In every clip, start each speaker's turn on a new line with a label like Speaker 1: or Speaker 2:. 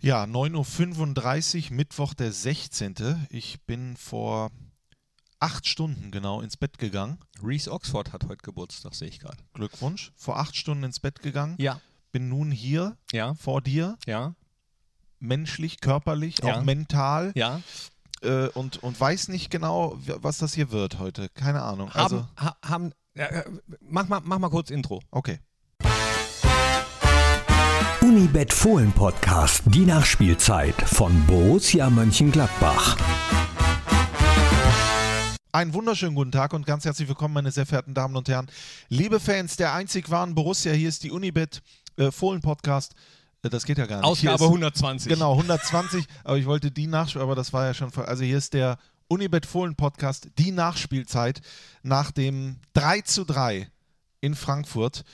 Speaker 1: Ja, 9.35 Uhr, Mittwoch der 16. Ich bin vor acht Stunden genau ins Bett gegangen.
Speaker 2: Reese Oxford hat heute Geburtstag, sehe ich gerade.
Speaker 1: Glückwunsch. Vor acht Stunden ins Bett gegangen.
Speaker 2: Ja.
Speaker 1: Bin nun hier
Speaker 2: Ja.
Speaker 1: vor dir,
Speaker 2: Ja.
Speaker 1: menschlich, körperlich,
Speaker 2: Ja.
Speaker 1: auch mental.
Speaker 2: Ja.
Speaker 1: Äh, und, und weiß nicht genau, w- was das hier wird heute. Keine Ahnung.
Speaker 2: Haben,
Speaker 1: Also,
Speaker 2: ha, haben ja, äh, mach, mal, mach mal kurz Intro.
Speaker 1: okay.
Speaker 3: Unibet Fohlen Podcast, die Nachspielzeit von Borussia Mönchengladbach.
Speaker 1: Einen wunderschönen guten Tag und ganz herzlich willkommen, meine sehr verehrten Damen und Herren. Liebe Fans der einzig wahren Borussia, hier ist die Unibet äh, Fohlen Podcast. Äh, das geht ja gar nicht. Hier ist,
Speaker 2: 120. Genau.
Speaker 1: Genau, 120. aber ich wollte die Nachspiel, aber das war ja schon voll. Also hier ist der Unibet Fohlen Podcast, die Nachspielzeit nach dem 3 zu 3 in Frankfurt.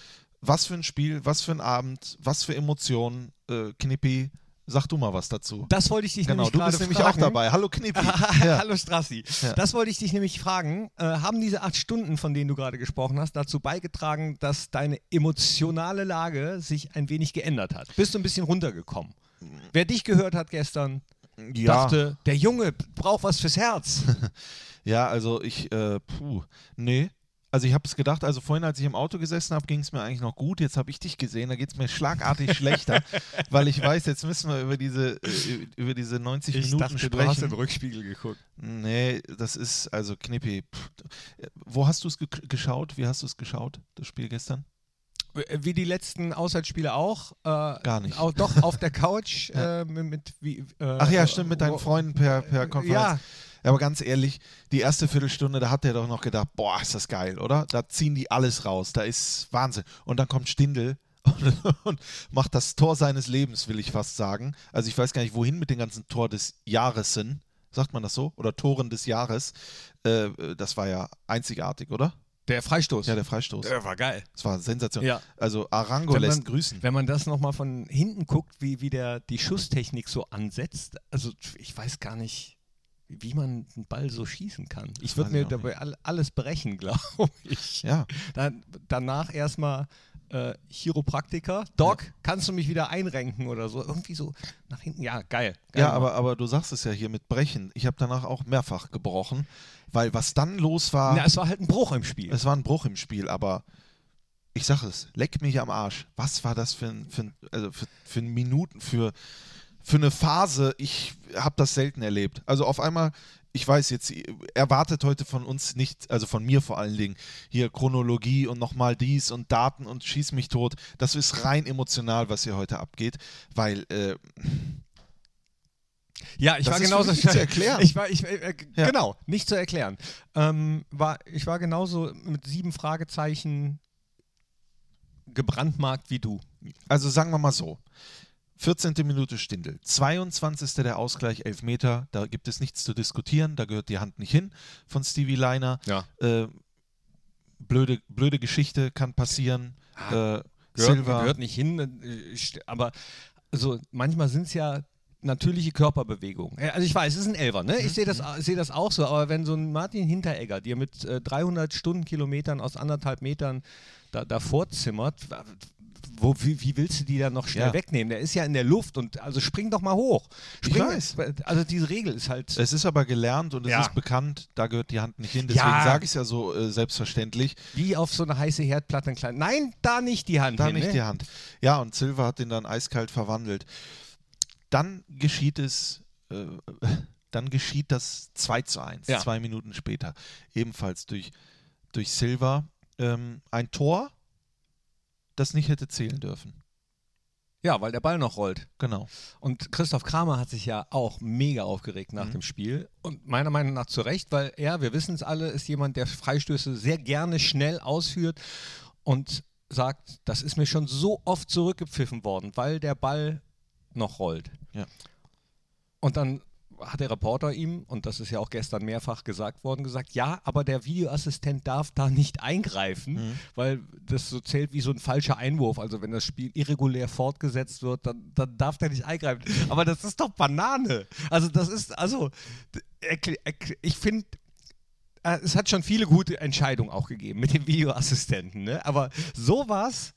Speaker 1: Was für ein Spiel, was für ein Abend, was für Emotionen. Äh, Knippi, sag du mal was dazu.
Speaker 2: Das wollte ich dich
Speaker 1: genau,
Speaker 2: nämlich
Speaker 1: du
Speaker 2: gerade
Speaker 1: bist nämlich auch
Speaker 2: fragen.
Speaker 1: dabei. Hallo Knippi. ja.
Speaker 2: Hallo Strassi.
Speaker 1: Ja.
Speaker 2: Das wollte ich dich nämlich fragen. Äh, haben diese acht Stunden, von denen du gerade gesprochen hast, dazu beigetragen, dass deine emotionale Lage sich ein wenig geändert hat? Bist du ein bisschen runtergekommen? Wer dich gehört hat gestern,
Speaker 1: ja.
Speaker 2: dachte, der Junge braucht was fürs Herz.
Speaker 1: Ja, also ich, äh, puh, nee. Also ich habe es gedacht, also vorhin, als ich im Auto gesessen habe, ging es mir eigentlich noch gut. Jetzt habe ich dich gesehen, da geht es mir schlagartig schlechter, weil ich weiß, jetzt müssen wir über diese, äh, über diese 90 Minuten sprechen.
Speaker 2: Rückspiegel geguckt.
Speaker 1: nee, das ist, also Knippi, pff. wo hast du es ge geschaut? Wie hast du es geschaut, das Spiel gestern?
Speaker 2: Äh, Wie die letzten Auswärtsspiele auch. Äh,
Speaker 1: Gar nicht.
Speaker 2: Auch, doch, auf der Couch. äh, mit, mit, wie, äh,
Speaker 1: Ach ja, stimmt, mit deinen
Speaker 2: wo-
Speaker 1: Freunden per, per Konferenz.
Speaker 2: Ja.
Speaker 1: Ja. Aber ganz ehrlich, die erste Viertelstunde, da hat er doch noch gedacht, boah, ist das geil, oder? Da ziehen die alles raus, da ist Wahnsinn. Und dann kommt Stindel und, und macht das Tor seines Lebens, will ich fast sagen. Also ich weiß gar nicht, wohin mit den ganzen Tor des Jahresen, sagt man das so? Oder Toren des Jahres. Äh, das war ja einzigartig, oder?
Speaker 2: Der Freistoß.
Speaker 1: Ja, der Freistoß.
Speaker 2: Der war geil.
Speaker 1: Das war Sensation.
Speaker 2: Ja.
Speaker 1: Also Arango
Speaker 2: Wenn man-
Speaker 1: lässt grüßen.
Speaker 2: Wenn man das nochmal von hinten guckt, wie, wie der die Schusstechnik so ansetzt, also ich weiß gar nicht, wie man einen Ball so schießen kann. Ich würde
Speaker 1: weiß
Speaker 2: mir
Speaker 1: ich auch
Speaker 2: dabei all- alles brechen, glaube ich.
Speaker 1: Ja.
Speaker 2: Dann, danach erstmal äh, Chiropraktiker. Doc, kannst du mich wieder einrenken oder so? Irgendwie so nach hinten. Ja, geil. geil
Speaker 1: Ja, aber, aber du sagst es ja hier mit Brechen. Ich habe danach auch mehrfach gebrochen, weil was dann los war,
Speaker 2: Na, es war halt ein Bruch im Spiel.
Speaker 1: es war ein Bruch im Spiel, aber ich sag es, leck mich am Arsch. Was war das für ein, für ein, also für, für ein Minuten, für, für eine Phase? Ich habe das selten erlebt. Also auf einmal, ich weiß jetzt, ihr erwartet heute von uns nicht, also von mir vor allen Dingen, hier Chronologie und nochmal dies und Daten und schieß mich tot. Das ist rein emotional, was hier heute abgeht, weil äh,
Speaker 2: Ja, ich
Speaker 1: Das
Speaker 2: war
Speaker 1: ist
Speaker 2: genauso
Speaker 1: für mich nicht zu erklären.
Speaker 2: Ich war, ich, äh, g-
Speaker 1: Ja.
Speaker 2: Genau, nicht zu erklären. Ähm, war, ich war genauso mit sieben Fragezeichen gebrandmarkt wie du.
Speaker 1: Also sagen wir mal so. 14. Minute Stindel, 22. der Ausgleich, Elfmeter, da gibt es nichts zu diskutieren, da gehört die Hand nicht hin von Stevie Leiner.
Speaker 2: Ja.
Speaker 1: Äh, blöde, blöde Geschichte, kann passieren. Äh,
Speaker 2: Ah, Gehört,
Speaker 1: Silva,
Speaker 2: gehört nicht hin, äh, st- aber also manchmal sind es ja natürliche Körperbewegungen. Äh, Also ich weiß, es ist ein Elfer, ne?
Speaker 1: Mhm,
Speaker 2: Ich sehe das, äh, sehe das auch so, aber wenn so ein Martin Hinteregger dir mit äh, 300 Stundenkilometern aus anderthalb Metern da, davor zimmert, w- wo, wie, wie willst du die dann noch schnell
Speaker 1: Ja.
Speaker 2: wegnehmen? Der ist ja in der Luft und also spring doch mal hoch.
Speaker 1: Ich
Speaker 2: Spring,
Speaker 1: weiß. Äh,
Speaker 2: Also diese Regel ist halt.
Speaker 1: es ist aber gelernt und es
Speaker 2: Ja.
Speaker 1: ist bekannt, da gehört die Hand nicht hin, deswegen
Speaker 2: Ja.
Speaker 1: sage ich es ja so äh, selbstverständlich.
Speaker 2: wie auf so eine heiße Herdplatte ein klein. Nein, da nicht die Hand.
Speaker 1: Da
Speaker 2: hin,
Speaker 1: nicht
Speaker 2: ne?
Speaker 1: die Hand. Ja, und Silva hat den dann eiskalt verwandelt. Dann geschieht es, äh, dann geschieht das 2 zu 1,
Speaker 2: Ja.
Speaker 1: zwei Minuten später. Ebenfalls durch, durch Silva. Ähm, ein Tor, das nicht hätte zählen dürfen.
Speaker 2: Ja, weil der Ball noch rollt.
Speaker 1: Genau.
Speaker 2: Und Christoph Kramer hat sich ja auch mega aufgeregt nach dem Spiel. Und meiner Meinung nach zu Recht, weil er, wir wissen es alle, ist jemand, der Freistöße sehr gerne schnell ausführt und sagt, das ist mir schon so oft zurückgepfiffen worden, weil der Ball noch rollt.
Speaker 1: Ja.
Speaker 2: Und dann hat der Reporter ihm, und das ist ja auch gestern mehrfach gesagt worden, gesagt, ja, aber der Videoassistent darf da nicht eingreifen, weil das so zählt wie so ein falscher Einwurf. Also wenn das Spiel irregulär fortgesetzt wird, dann, dann darf der nicht eingreifen. Aber das ist doch Banane. Also das ist, also d- erkl- erkl- ich finde, äh, es hat schon viele gute Entscheidungen auch gegeben mit dem Videoassistenten, ne? aber sowas,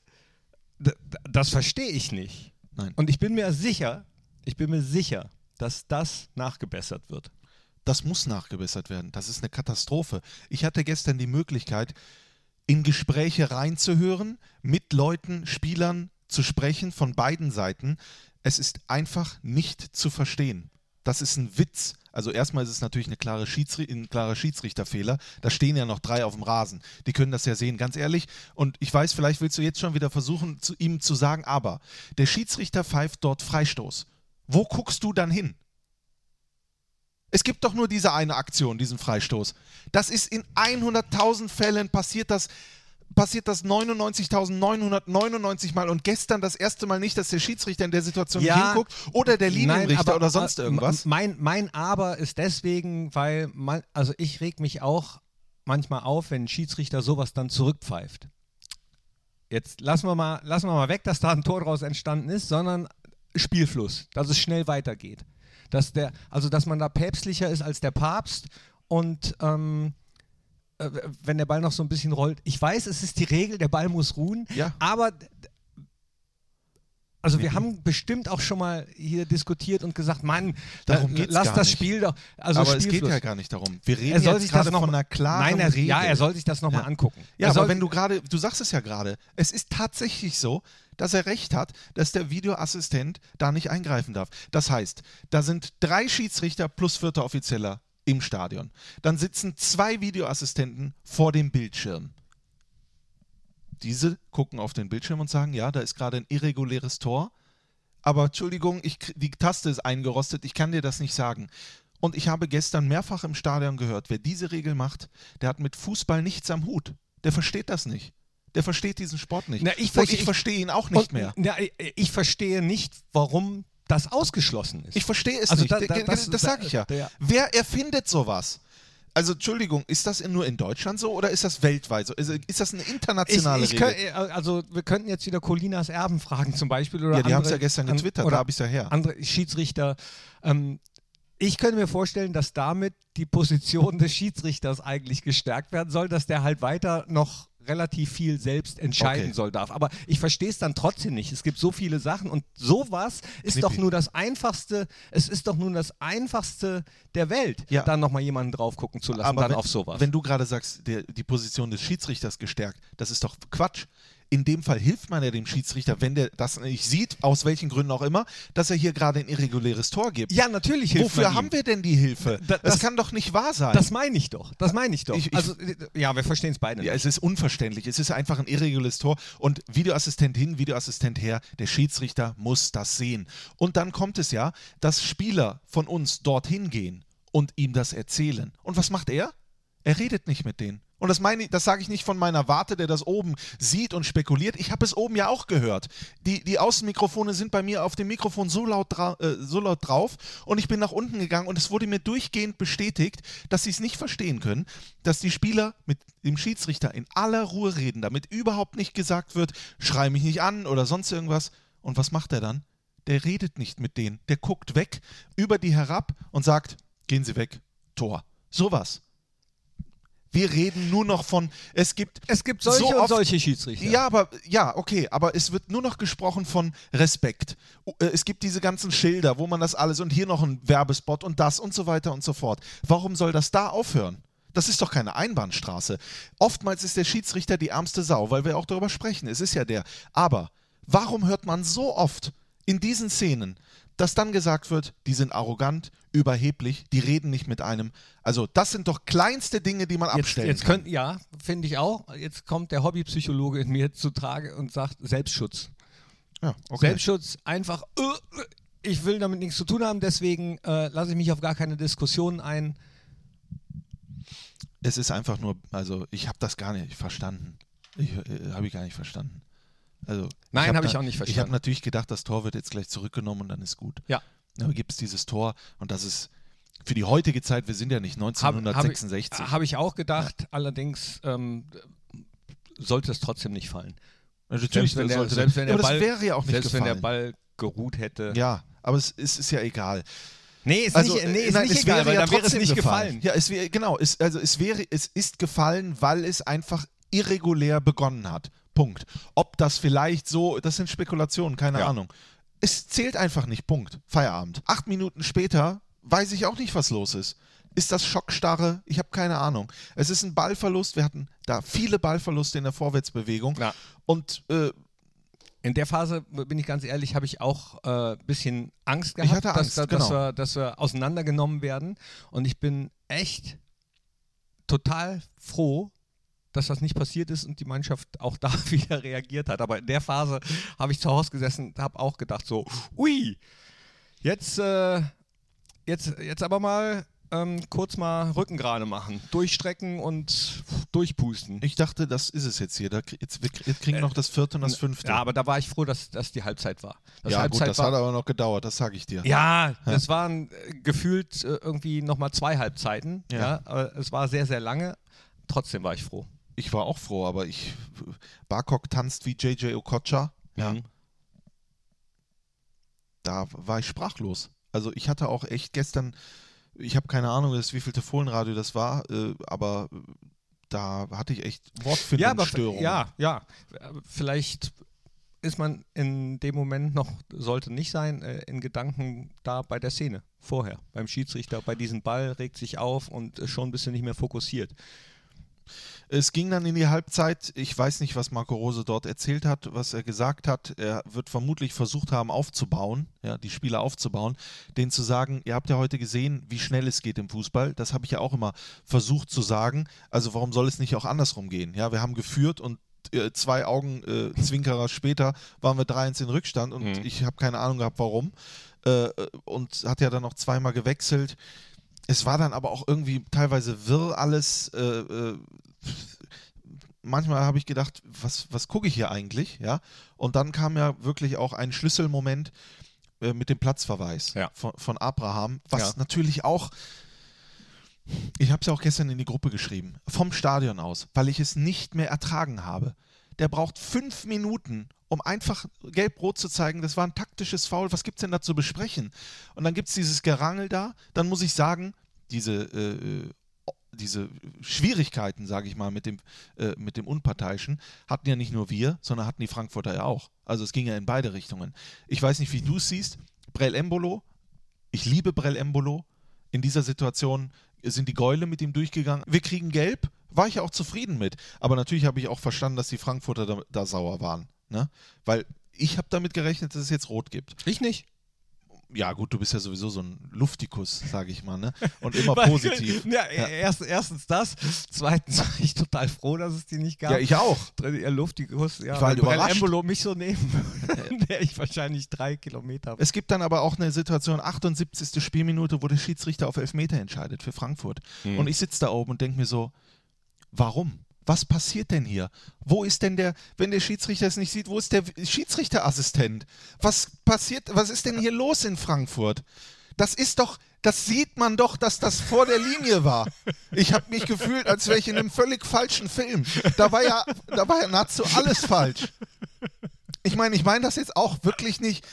Speaker 2: d- d- das verstehe ich nicht.
Speaker 1: Nein.
Speaker 2: Und ich bin mir sicher, Ich bin mir sicher, dass das nachgebessert wird.
Speaker 1: Das muss nachgebessert werden. Das ist eine Katastrophe. Ich hatte gestern die Möglichkeit, in Gespräche reinzuhören, mit Leuten, Spielern zu sprechen von beiden Seiten. Es ist einfach nicht zu verstehen. Das ist ein Witz. Also erstmal ist es natürlich eine klare Schiedsri ein klarer Schiedsrichterfehler. Da stehen ja noch drei auf dem Rasen. Die können das ja sehen, ganz ehrlich. Und ich weiß, vielleicht willst du jetzt schon wieder versuchen, zu ihm zu sagen, aber der Schiedsrichter pfeift dort Freistoß. Wo guckst du dann hin? Es gibt doch nur diese eine Aktion, diesen Freistoß. Das ist in 100.000 Fällen passiert das passiert das 99.999 Mal und gestern das erste Mal nicht, dass der Schiedsrichter in der Situation
Speaker 2: Ja,
Speaker 1: nicht hinguckt oder der Linienrichter
Speaker 2: Nein, aber-
Speaker 1: oder sonst
Speaker 2: aber
Speaker 1: irgendwas.
Speaker 2: Mein, mein Aber ist deswegen, weil man, also ich reg mich auch manchmal auf, wenn ein Schiedsrichter sowas dann zurückpfeift. Jetzt lassen wir mal, lassen wir mal weg, dass da ein Tor draus entstanden ist, sondern Spielfluss, dass es schnell weitergeht. Dass der, also dass man da päpstlicher ist als der Papst und ähm, äh, wenn der Ball noch so ein bisschen rollt. Ich weiß, es ist die Regel, der Ball muss ruhen,
Speaker 1: Ja.
Speaker 2: aber also wir haben bestimmt auch schon mal hier diskutiert und gesagt, Mann,
Speaker 1: Darum
Speaker 2: äh,
Speaker 1: geht's
Speaker 2: lass
Speaker 1: gar
Speaker 2: das
Speaker 1: nicht.
Speaker 2: Spiel doch. Also
Speaker 1: aber es
Speaker 2: Spielfluss.
Speaker 1: geht ja gar nicht darum. Wir reden
Speaker 2: er soll
Speaker 1: jetzt
Speaker 2: sich das
Speaker 1: gerade
Speaker 2: noch
Speaker 1: von einer klaren
Speaker 2: Nein, er,
Speaker 1: Regel.
Speaker 2: ja, er soll sich das nochmal
Speaker 1: Ja.
Speaker 2: mal angucken.
Speaker 1: Ja,
Speaker 2: er
Speaker 1: aber
Speaker 2: soll,
Speaker 1: Also wenn du gerade, du sagst es ja gerade, es ist tatsächlich so, dass er recht hat, dass der Videoassistent da nicht eingreifen darf. Das heißt, da sind drei Schiedsrichter plus vierter Offizieller im Stadion. Dann sitzen zwei Videoassistenten vor dem Bildschirm. Diese gucken auf den Bildschirm und sagen, ja, da ist gerade ein irreguläres Tor, aber Entschuldigung, ich, krie- die Taste ist eingerostet, ich kann dir das nicht sagen. Und ich habe gestern mehrfach im Stadion gehört, wer diese Regel macht, der hat mit Fußball nichts am Hut. Der versteht das nicht. Der versteht diesen Sport nicht.
Speaker 2: Na, ich
Speaker 1: und
Speaker 2: verste-
Speaker 1: ich
Speaker 2: ich-
Speaker 1: verstehe ihn auch nicht
Speaker 2: und,
Speaker 1: mehr.
Speaker 2: Ja, ich, ich verstehe nicht, warum das ausgeschlossen ist.
Speaker 1: Ich verstehe es
Speaker 2: Also
Speaker 1: nicht.
Speaker 2: da- da-
Speaker 1: das
Speaker 2: das-
Speaker 1: das, sage ich ja.
Speaker 2: da- ja.
Speaker 1: Wer erfindet sowas? Also Entschuldigung, ist das in- nur in Deutschland so oder ist das weltweit so? Ist, ist das eine internationale
Speaker 2: ich, ich
Speaker 1: Regel?
Speaker 2: könnt- also wir könnten jetzt wieder Colinas Erben fragen zum Beispiel oder
Speaker 1: Ja, die haben es
Speaker 2: andere-
Speaker 1: ja gestern
Speaker 2: an-
Speaker 1: getwittert,
Speaker 2: oder
Speaker 1: da habe ich es ja her.
Speaker 2: andere Schiedsrichter. Ähm, ich könnte mir vorstellen, dass damit die Position des Schiedsrichters eigentlich gestärkt werden soll, dass der halt weiter noch relativ viel selbst entscheiden
Speaker 1: Okay.
Speaker 2: soll darf. Aber ich verstehe es dann trotzdem nicht. Es gibt so viele Sachen und sowas ist
Speaker 1: Knippi.
Speaker 2: doch nur das einfachste, es ist doch nun das einfachste der Welt,
Speaker 1: Ja.
Speaker 2: dann nochmal jemanden drauf gucken zu lassen, dann
Speaker 1: wenn,
Speaker 2: auf sowas.
Speaker 1: Wenn du gerade sagst, der, die Position des Schiedsrichters gestärkt, das ist doch Quatsch. In dem Fall hilft man ja dem Schiedsrichter, wenn der das nicht sieht, aus welchen Gründen auch immer, dass er hier gerade ein irreguläres Tor gibt.
Speaker 2: ja, natürlich hilft man
Speaker 1: Wofür
Speaker 2: ihm.
Speaker 1: haben wir denn die Hilfe?
Speaker 2: Da-
Speaker 1: das,
Speaker 2: das-
Speaker 1: kann doch nicht wahr sein.
Speaker 2: Das meine ich doch. Das meine ich doch.
Speaker 1: Ich- ich-
Speaker 2: also, ja, wir verstehen es beide.
Speaker 1: ja,
Speaker 2: nicht.
Speaker 1: es ist unverständlich. Es ist einfach ein irreguläres Tor. Und Videoassistent hin, Videoassistent her, der Schiedsrichter muss das sehen. Und dann kommt es ja, dass Spieler von uns dorthin gehen und ihm das erzählen. Und was macht er? Er redet nicht mit denen. Und das meine ich, das sage ich nicht von meiner Warte, der das oben sieht und spekuliert. Ich habe es oben ja auch gehört. Die, die Außenmikrofone sind bei mir auf dem Mikrofon so laut, dra äh, so laut drauf und ich bin nach unten gegangen und es wurde mir durchgehend bestätigt, dass sie es nicht verstehen können, dass die Spieler mit dem Schiedsrichter in aller Ruhe reden, damit überhaupt nicht gesagt wird, schrei mich nicht an oder sonst irgendwas. Und was macht er dann? Der redet nicht mit denen. Der guckt weg, über die herab und sagt, gehen Sie weg, Tor. Sowas. Wir reden nur noch von, es gibt
Speaker 2: Es gibt solche
Speaker 1: so
Speaker 2: und
Speaker 1: oft-
Speaker 2: solche Schiedsrichter.
Speaker 1: ja. aber ja, okay, aber es wird nur noch gesprochen von Respekt. Uh, äh, Es gibt diese ganzen Schilder, wo man das alles und hier noch ein Werbespot und das und so weiter und so fort. Warum soll das da aufhören? Das ist doch keine Einbahnstraße. Oftmals ist der Schiedsrichter die ärmste Sau, weil wir auch darüber sprechen. Es ist ja der. Aber warum hört man so oft in diesen Szenen, dass dann gesagt wird, die sind arrogant, überheblich, die reden nicht mit einem. Also das sind doch kleinste Dinge, die man
Speaker 2: Jetzt,
Speaker 1: abstellen
Speaker 2: jetzt
Speaker 1: kann.
Speaker 2: könnt, ja, finde ich auch. Jetzt kommt der Hobbypsychologe in mir zu Trage und sagt Selbstschutz.
Speaker 1: Ja, okay.
Speaker 2: Selbstschutz einfach, äh, äh, ich will damit nichts zu tun haben, deswegen äh, lasse ich mich auf gar keine Diskussionen ein.
Speaker 1: Es ist einfach nur, also ich habe das gar nicht verstanden. Ich, äh, habe ich gar nicht verstanden. Also,
Speaker 2: Nein,
Speaker 1: hab
Speaker 2: habe ich
Speaker 1: da-
Speaker 2: auch nicht
Speaker 1: Ich habe
Speaker 2: verstanden.
Speaker 1: natürlich gedacht, das Tor wird jetzt gleich zurückgenommen und dann ist gut.
Speaker 2: Ja.
Speaker 1: Aber gibt es dieses Tor und das ist für die heutige Zeit, wir sind ja nicht
Speaker 2: Habe hab ich,
Speaker 1: 1966.
Speaker 2: hab ich auch gedacht, allerdings ähm, sollte es trotzdem nicht fallen.
Speaker 1: natürlich,
Speaker 2: selbst wenn
Speaker 1: das
Speaker 2: der-
Speaker 1: sollte-
Speaker 2: selbst wenn der
Speaker 1: aber
Speaker 2: Ball-
Speaker 1: das wäre ja auch nicht
Speaker 2: Selbst wenn
Speaker 1: gefallen.
Speaker 2: der Ball geruht hätte.
Speaker 1: ja, aber es, es ist ja egal.
Speaker 2: Nee, ist
Speaker 1: Also,
Speaker 2: nicht, nee,
Speaker 1: äh,
Speaker 2: ist
Speaker 1: nein,
Speaker 2: nicht
Speaker 1: es
Speaker 2: egal,
Speaker 1: wäre
Speaker 2: weil
Speaker 1: ja
Speaker 2: dann wäre es
Speaker 1: trotzdem
Speaker 2: nicht gefallen.
Speaker 1: Ja, es wäre, genau, es, also es wäre, es ist gefallen, weil es einfach irregulär begonnen hat. Punkt. Ob das vielleicht so, das sind Spekulationen, keine
Speaker 2: Ja.
Speaker 1: Ahnung. Es zählt einfach nicht. Punkt. Feierabend. Acht Minuten später weiß ich auch nicht, was los ist. Ist das Schockstarre? Ich habe keine Ahnung. Es ist ein Ballverlust. Wir hatten da viele Ballverluste in der Vorwärtsbewegung.
Speaker 2: Ja.
Speaker 1: Und äh,
Speaker 2: In der Phase, bin ich ganz ehrlich, habe ich auch ein äh, bisschen Angst gehabt,
Speaker 1: hatte Angst,
Speaker 2: dass,
Speaker 1: genau.
Speaker 2: dass, wir, dass wir auseinandergenommen werden. Und ich bin echt total froh, dass das nicht passiert ist und die Mannschaft auch da wieder reagiert hat. Aber in der Phase habe ich zu Hause gesessen und habe auch gedacht, so, ui, jetzt, äh, jetzt, jetzt aber mal ähm, kurz mal Rücken gerade machen, durchstrecken und durchpusten.
Speaker 1: ich dachte, das ist es jetzt hier. Da, krie- jetzt, wir krie- jetzt kriegen wir noch das vierte und das fünfte.
Speaker 2: Äh, Ja, aber da war ich froh, dass das die Halbzeit war. Das
Speaker 1: ja gut,
Speaker 2: Halbzeit
Speaker 1: das
Speaker 2: war,
Speaker 1: hat aber noch gedauert, das sage ich dir.
Speaker 2: ja, das waren äh, gefühlt äh, irgendwie nochmal zwei Halbzeiten.
Speaker 1: Ja.
Speaker 2: Ja. aber es war sehr, sehr lange. Trotzdem war ich froh.
Speaker 1: Ich war auch froh, aber ich. Barkok tanzt wie JJ Okocha. Ja.
Speaker 2: Mhm.
Speaker 1: Da war ich sprachlos. Also ich hatte auch echt gestern, ich habe keine Ahnung, das, wie viel Telefonradio das war, äh, aber äh, da hatte ich echt
Speaker 2: Ja, aber f-
Speaker 1: Wortfindungsstörungen.
Speaker 2: ja, ja. Vielleicht ist man in dem Moment noch, sollte nicht sein, äh, in Gedanken da bei der Szene vorher. Beim Schiedsrichter, bei diesem Ball regt sich auf und ist schon ein bisschen nicht mehr fokussiert.
Speaker 1: Es ging dann in die Halbzeit. Ich weiß nicht, was Marco Rose dort erzählt hat, was er gesagt hat. Er wird vermutlich versucht haben, aufzubauen, ja, die Spieler aufzubauen, denen zu sagen, ihr habt ja heute gesehen, wie schnell es geht im Fußball. Das habe ich ja auch immer versucht zu sagen. Also warum soll es nicht auch andersrum gehen? Ja, wir haben geführt und äh, zwei Augenzwinkerer äh, Zwinkerer später waren wir 3-1 in Rückstand und
Speaker 2: Mhm.
Speaker 1: ich habe keine Ahnung gehabt, warum. Äh, äh, und hat ja dann noch zweimal gewechselt. Es war dann aber auch irgendwie teilweise wirr alles. Äh, äh, manchmal habe ich gedacht, was, was gucke ich hier eigentlich? Ja? Und dann kam ja wirklich auch ein Schlüsselmoment äh, mit dem Platzverweis
Speaker 2: Ja.
Speaker 1: von, von Abraham, was
Speaker 2: Ja.
Speaker 1: natürlich auch. Ich habe es ja auch gestern in die Gruppe geschrieben, vom Stadion aus, weil ich es nicht mehr ertragen habe. Der braucht fünf Minuten, um einfach gelb-rot zu zeigen, das war ein taktisches Foul, was gibt es denn da zu besprechen? Und dann gibt es dieses Gerangel da, dann muss ich sagen, diese äh, diese Schwierigkeiten, sage ich mal, mit dem, äh, mit dem Unparteiischen hatten ja nicht nur wir, sondern hatten die Frankfurter ja auch. Also es ging ja in beide Richtungen. Ich weiß nicht, wie du es siehst. Brell Embolo, ich liebe Brell Embolo. In dieser Situation sind die Gäule mit ihm durchgegangen. Wir kriegen Gelb, war ich ja auch zufrieden mit. Aber natürlich habe ich auch verstanden, dass die Frankfurter da, da sauer waren. Ne? Weil ich habe damit gerechnet, dass es jetzt Rot gibt.
Speaker 2: Ich nicht.
Speaker 1: Ja gut, du bist ja sowieso so ein Luftikus, sage ich mal. Ne? Und immer positiv.
Speaker 2: Ja, erst, erstens das. Zweitens war ich total froh, dass es die nicht gab.
Speaker 1: Ja, ich auch.
Speaker 2: Drin- Ihr Luftikus, ja.
Speaker 1: Ich war halt
Speaker 2: wenn Brell
Speaker 1: überrascht.
Speaker 2: Embolo mich so nehmen würde, wäre ich wahrscheinlich drei Kilometer.
Speaker 1: Es gibt dann aber auch eine Situation, 78. Spielminute, wo der Schiedsrichter auf Elfmeter entscheidet für Frankfurt. Und ich sitze da oben und denke mir so, warum? Was passiert denn hier? Wo ist denn der, wenn der Schiedsrichter es nicht sieht, wo ist der Schiedsrichterassistent? Was passiert, was ist denn hier los in Frankfurt? Das ist doch, das sieht man doch, dass das vor der Linie war. Ich habe mich gefühlt, als wäre ich in einem völlig falschen Film. Da war ja, da war ja nahezu alles falsch. Ich meine, ich meine das jetzt auch wirklich nicht.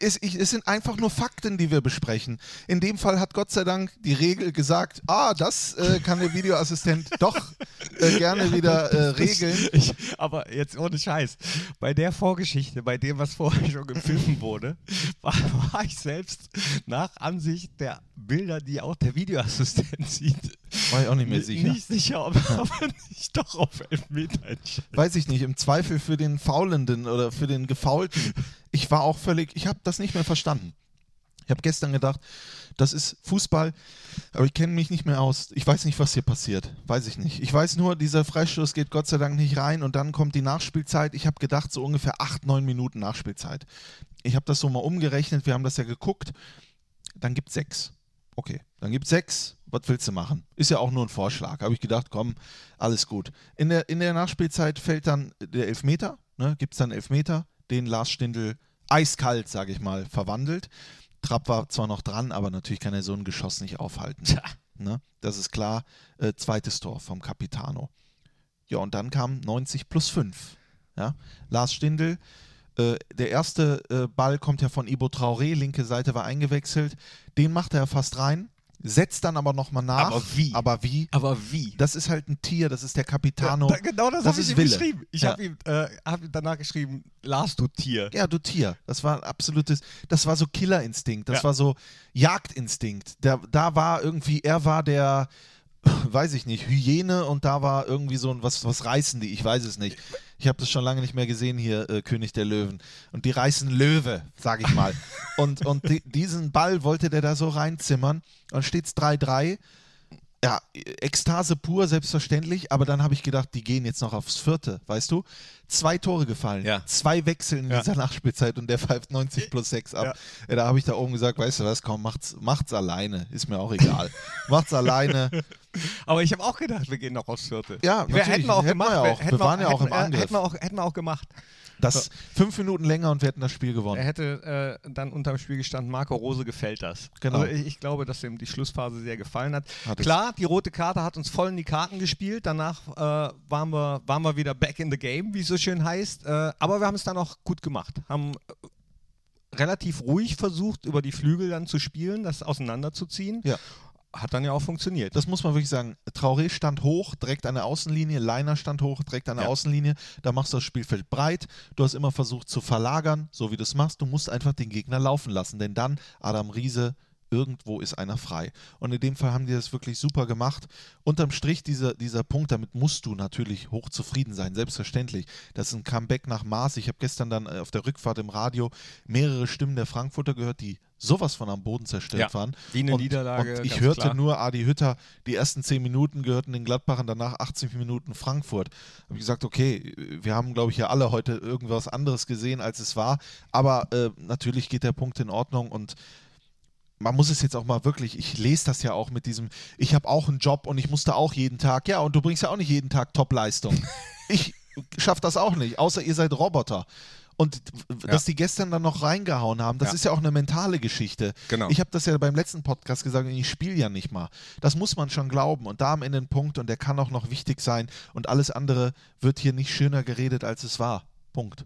Speaker 1: Es, ich, es sind einfach nur Fakten, die wir besprechen. In dem Fall hat Gott sei Dank die Regel gesagt, ah, das äh, kann der Videoassistent doch äh, gerne wieder äh, regeln.
Speaker 2: Ich, aber jetzt ohne Scheiß. Bei der Vorgeschichte, bei dem, was vorher schon gepfiffen wurde, war, war ich selbst nach Ansicht der Bilder, die auch der Videoassistent sieht,
Speaker 1: War ich auch nicht mehr sicher.
Speaker 2: nicht sicher, ob, ob er nicht doch auf Elfmeter entscheidet.
Speaker 1: Weiß ich nicht, im Zweifel für den Faulenden oder für den Gefaulten. Ich war auch völlig, ich habe das nicht mehr verstanden. Ich habe gestern gedacht, das ist Fußball, aber ich kenne mich nicht mehr aus. Ich weiß nicht, was hier passiert. Weiß ich nicht. Ich weiß nur, dieser Freistoß geht Gott sei Dank nicht rein und dann kommt die Nachspielzeit. Ich habe gedacht, so ungefähr acht, neun Minuten Nachspielzeit. Ich habe das so mal umgerechnet, wir haben das ja geguckt. Dann gibt es sechs. Okay, dann gibt es sechs. Was willst du machen? Ist ja auch nur ein Vorschlag. Habe ich gedacht, komm, alles gut. In der, in der Nachspielzeit fällt dann der Elfmeter, ne? gibt es dann Elfmeter, den Lars Stindl eiskalt, sage ich mal, verwandelt. Trapp war zwar noch dran, aber natürlich kann er so ein Geschoss nicht aufhalten. Ne? Das ist klar. Äh, zweites Tor vom Capitano. Ja, und dann kam 90 plus 5. Ja? Lars Stindl, äh, der erste äh, Ball kommt ja von Ibo Traoré, linke Seite war eingewechselt. Den macht er fast rein. setzt dann aber nochmal nach.
Speaker 2: Aber wie?
Speaker 1: Aber wie?
Speaker 2: Aber wie?
Speaker 1: Das ist halt ein Tier, das ist der Capitano.
Speaker 2: Da- genau das,
Speaker 1: das
Speaker 2: habe ich
Speaker 1: ist
Speaker 2: ihm
Speaker 1: Wille.
Speaker 2: geschrieben. Ich
Speaker 1: Ja.
Speaker 2: habe ihm, äh, hab ihm danach geschrieben, Lars, du Tier.
Speaker 1: Ja, du Tier. Das war ein absolutes, das war so Killerinstinkt, das
Speaker 2: Ja.
Speaker 1: war so Jagdinstinkt. Da, da war irgendwie, er war der, weiß ich nicht, Hyäne und da war irgendwie so ein, was, was reißen die? Ich weiß es nicht. Ich habe das schon lange nicht mehr gesehen hier, äh, König der Löwen. Und die reißen Löwe, sag ich mal. und und di- diesen Ball wollte der da so reinzimmern. Dann steht es 3-3. Ja, Ekstase pur, selbstverständlich, aber dann habe ich gedacht, die gehen jetzt noch aufs vierte, weißt du? Zwei Tore gefallen,
Speaker 2: Ja.
Speaker 1: zwei Wechsel in
Speaker 2: Ja.
Speaker 1: dieser Nachspielzeit und der pfeift 90 plus 6 ab. Ja. Da habe ich da oben gesagt, weißt du was, komm, macht's, macht's alleine, ist mir auch egal. macht's alleine.
Speaker 2: Aber ich habe auch gedacht, wir gehen noch aufs Vierte.
Speaker 1: Ja,
Speaker 2: wir
Speaker 1: natürlich,
Speaker 2: hätten wir auch
Speaker 1: hätten wir
Speaker 2: gemacht.
Speaker 1: ja auch. Wir
Speaker 2: hätten
Speaker 1: waren ja auch
Speaker 2: hätten,
Speaker 1: im
Speaker 2: äh,
Speaker 1: Angriff.
Speaker 2: Hätten wir auch, hätten wir auch gemacht.
Speaker 1: Das fünf Minuten länger und wir hätten das Spiel
Speaker 2: Er
Speaker 1: gewonnen.
Speaker 2: hätte äh, dann unterm Spiel gestanden, Marco Rose gefällt das.
Speaker 1: Genau.
Speaker 2: Also ich, ich glaube, dass ihm die Schlussphase sehr gefallen hat.
Speaker 1: Hat es.
Speaker 2: Klar, die rote Karte hat uns voll in die Karten gespielt. Danach äh, waren, wir, waren wir wieder back in the game, wie es so schön heißt. Äh, aber wir haben es dann auch gut gemacht. Haben äh, relativ ruhig versucht, über die Flügel dann zu spielen, das auseinanderzuziehen.
Speaker 1: Ja.
Speaker 2: Hat dann ja auch funktioniert.
Speaker 1: Das muss man wirklich sagen. Traoré stand hoch, direkt an der Außenlinie, Leiner stand hoch, direkt an der
Speaker 2: Ja.
Speaker 1: Außenlinie. Da machst du das Spielfeld breit. Du hast immer versucht zu verlagern, so wie du es machst. Du musst einfach den Gegner laufen lassen, denn dann Adam Riese. Irgendwo ist einer frei. Und in dem Fall haben die das wirklich super gemacht. Unterm Strich dieser, dieser Punkt, damit musst du natürlich hoch zufrieden sein, selbstverständlich. Das ist ein Comeback nach Maß. Ich habe gestern dann äh, auf der Rückfahrt im Radio mehrere Stimmen der Frankfurter gehört, die sowas von am Boden zerstört
Speaker 2: Ja,
Speaker 1: waren.
Speaker 2: wie eine Niederlage,
Speaker 1: Und ich
Speaker 2: ganz
Speaker 1: hörte
Speaker 2: klar.
Speaker 1: nur Adi Hütter, die ersten 10 Minuten gehörten den Gladbachern, danach 80 Minuten Frankfurt. Habe ich gesagt, okay, wir haben, glaube ich, ja alle heute irgendwas anderes gesehen, als es war. Aber äh, natürlich geht der Punkt in Ordnung und man muss es jetzt auch mal wirklich, ich lese das ja auch mit diesem, ich habe auch einen Job und ich musste auch jeden Tag, ja, und du bringst ja auch nicht jeden Tag Top-Leistung. ich schaff das auch nicht, außer ihr seid Roboter. Und w- dass die gestern dann noch reingehauen haben, das
Speaker 2: Ja.
Speaker 1: ist ja auch eine mentale Geschichte.
Speaker 2: Genau.
Speaker 1: Ich habe das ja beim letzten Podcast gesagt, ich spiele ja nicht mal. Das muss man schon glauben. Und da am Ende ein Punkt und der kann auch noch wichtig sein. Und alles andere wird hier nicht schöner geredet, als es war. Punkt.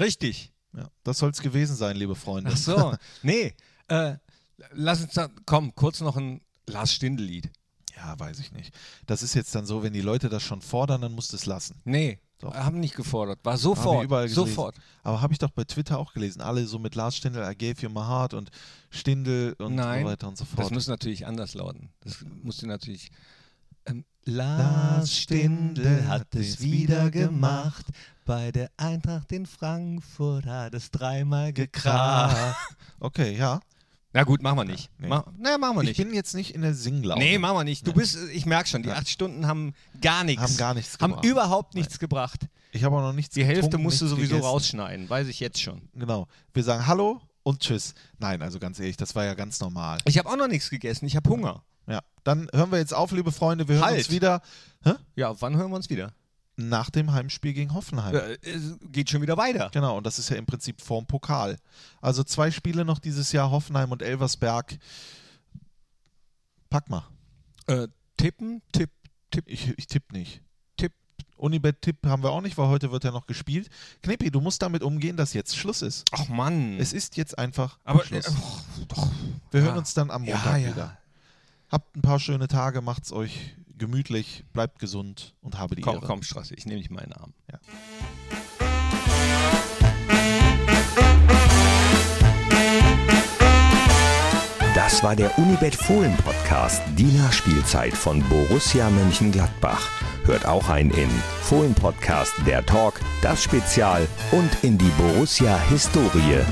Speaker 2: Richtig.
Speaker 1: Ja. Das soll es gewesen sein, liebe Freunde.
Speaker 2: Ach so, nee. Äh, lass uns da, komm, kurz noch ein Lars Stindl-Lied.
Speaker 1: Ja, weiß ich nicht. Das ist jetzt dann so, wenn die Leute das schon fordern, dann musst du es lassen.
Speaker 2: Nee,
Speaker 1: Doch.
Speaker 2: haben nicht gefordert. War
Speaker 1: Haben wir
Speaker 2: sofort.
Speaker 1: überall gelesen.
Speaker 2: sofort.
Speaker 1: Aber habe ich doch bei Twitter auch gelesen. Alle so mit Lars Stindl, I gave you my heart und Stindl und
Speaker 2: Nein,
Speaker 1: so weiter und so
Speaker 2: Das
Speaker 1: fort.
Speaker 2: muss natürlich anders lauten. Das musste natürlich. Ähm, Lars Stindl hat es wieder gemacht. Bei der Eintracht in Frankfurt hat es dreimal gekracht.
Speaker 1: Okay, ja.
Speaker 2: Na gut, machen wir nicht.
Speaker 1: Nee.
Speaker 2: Ma nee, machen wir
Speaker 1: Ich
Speaker 2: nicht.
Speaker 1: bin jetzt nicht in der Singlaune.
Speaker 2: Nee, machen wir nicht. Du bist, ich merke schon, die
Speaker 1: Ja.
Speaker 2: acht Stunden haben gar nichts.
Speaker 1: Haben gar nichts
Speaker 2: Haben
Speaker 1: gebracht.
Speaker 2: überhaupt nichts gebracht.
Speaker 1: ich habe auch noch nichts
Speaker 2: Die Hälfte
Speaker 1: getrunken,
Speaker 2: musst du
Speaker 1: nichts
Speaker 2: sowieso
Speaker 1: gegessen.
Speaker 2: rausschneiden, weiß ich jetzt schon.
Speaker 1: Genau. Wir sagen Hallo und Tschüss. Nein, also ganz ehrlich, das war ja ganz normal.
Speaker 2: Ich habe auch noch nichts gegessen, ich habe Hunger.
Speaker 1: Ja. Dann hören wir jetzt auf, liebe Freunde. Wir hören
Speaker 2: Halt.
Speaker 1: uns wieder hä?
Speaker 2: Ja, wann hören wir uns wieder?
Speaker 1: nach dem Heimspiel gegen Hoffenheim.
Speaker 2: Äh, es geht schon wieder weiter.
Speaker 1: Genau, und das ist ja im Prinzip vorm Pokal. Also zwei Spiele noch dieses Jahr, Hoffenheim und Elversberg. Pack mal.
Speaker 2: Äh, tippen, tipp, tipp,
Speaker 1: Ich, ich tippe nicht.
Speaker 2: tipp.
Speaker 1: Unibet-Tipp haben wir auch nicht, weil heute wird ja noch gespielt. Knippi, du musst damit umgehen, dass jetzt Schluss ist.
Speaker 2: Ach Mann.
Speaker 1: Es ist jetzt einfach
Speaker 2: aber
Speaker 1: Schluss.
Speaker 2: äh, oh, doch.
Speaker 1: wir
Speaker 2: ja.
Speaker 1: hören uns dann am Montag wieder. Habt ein paar schöne Tage, macht's euch gemütlich, bleibt gesund und habe die
Speaker 2: Komm,
Speaker 1: Ehre.
Speaker 2: komm, Straße, ich nehme dich meinen Arm.
Speaker 3: Das war der Unibet Fohlen Podcast, die Nachspielzeit von Borussia Mönchengladbach. Hört auch ein in Fohlen Podcast, der Talk, das Spezial und in die Borussia Historie.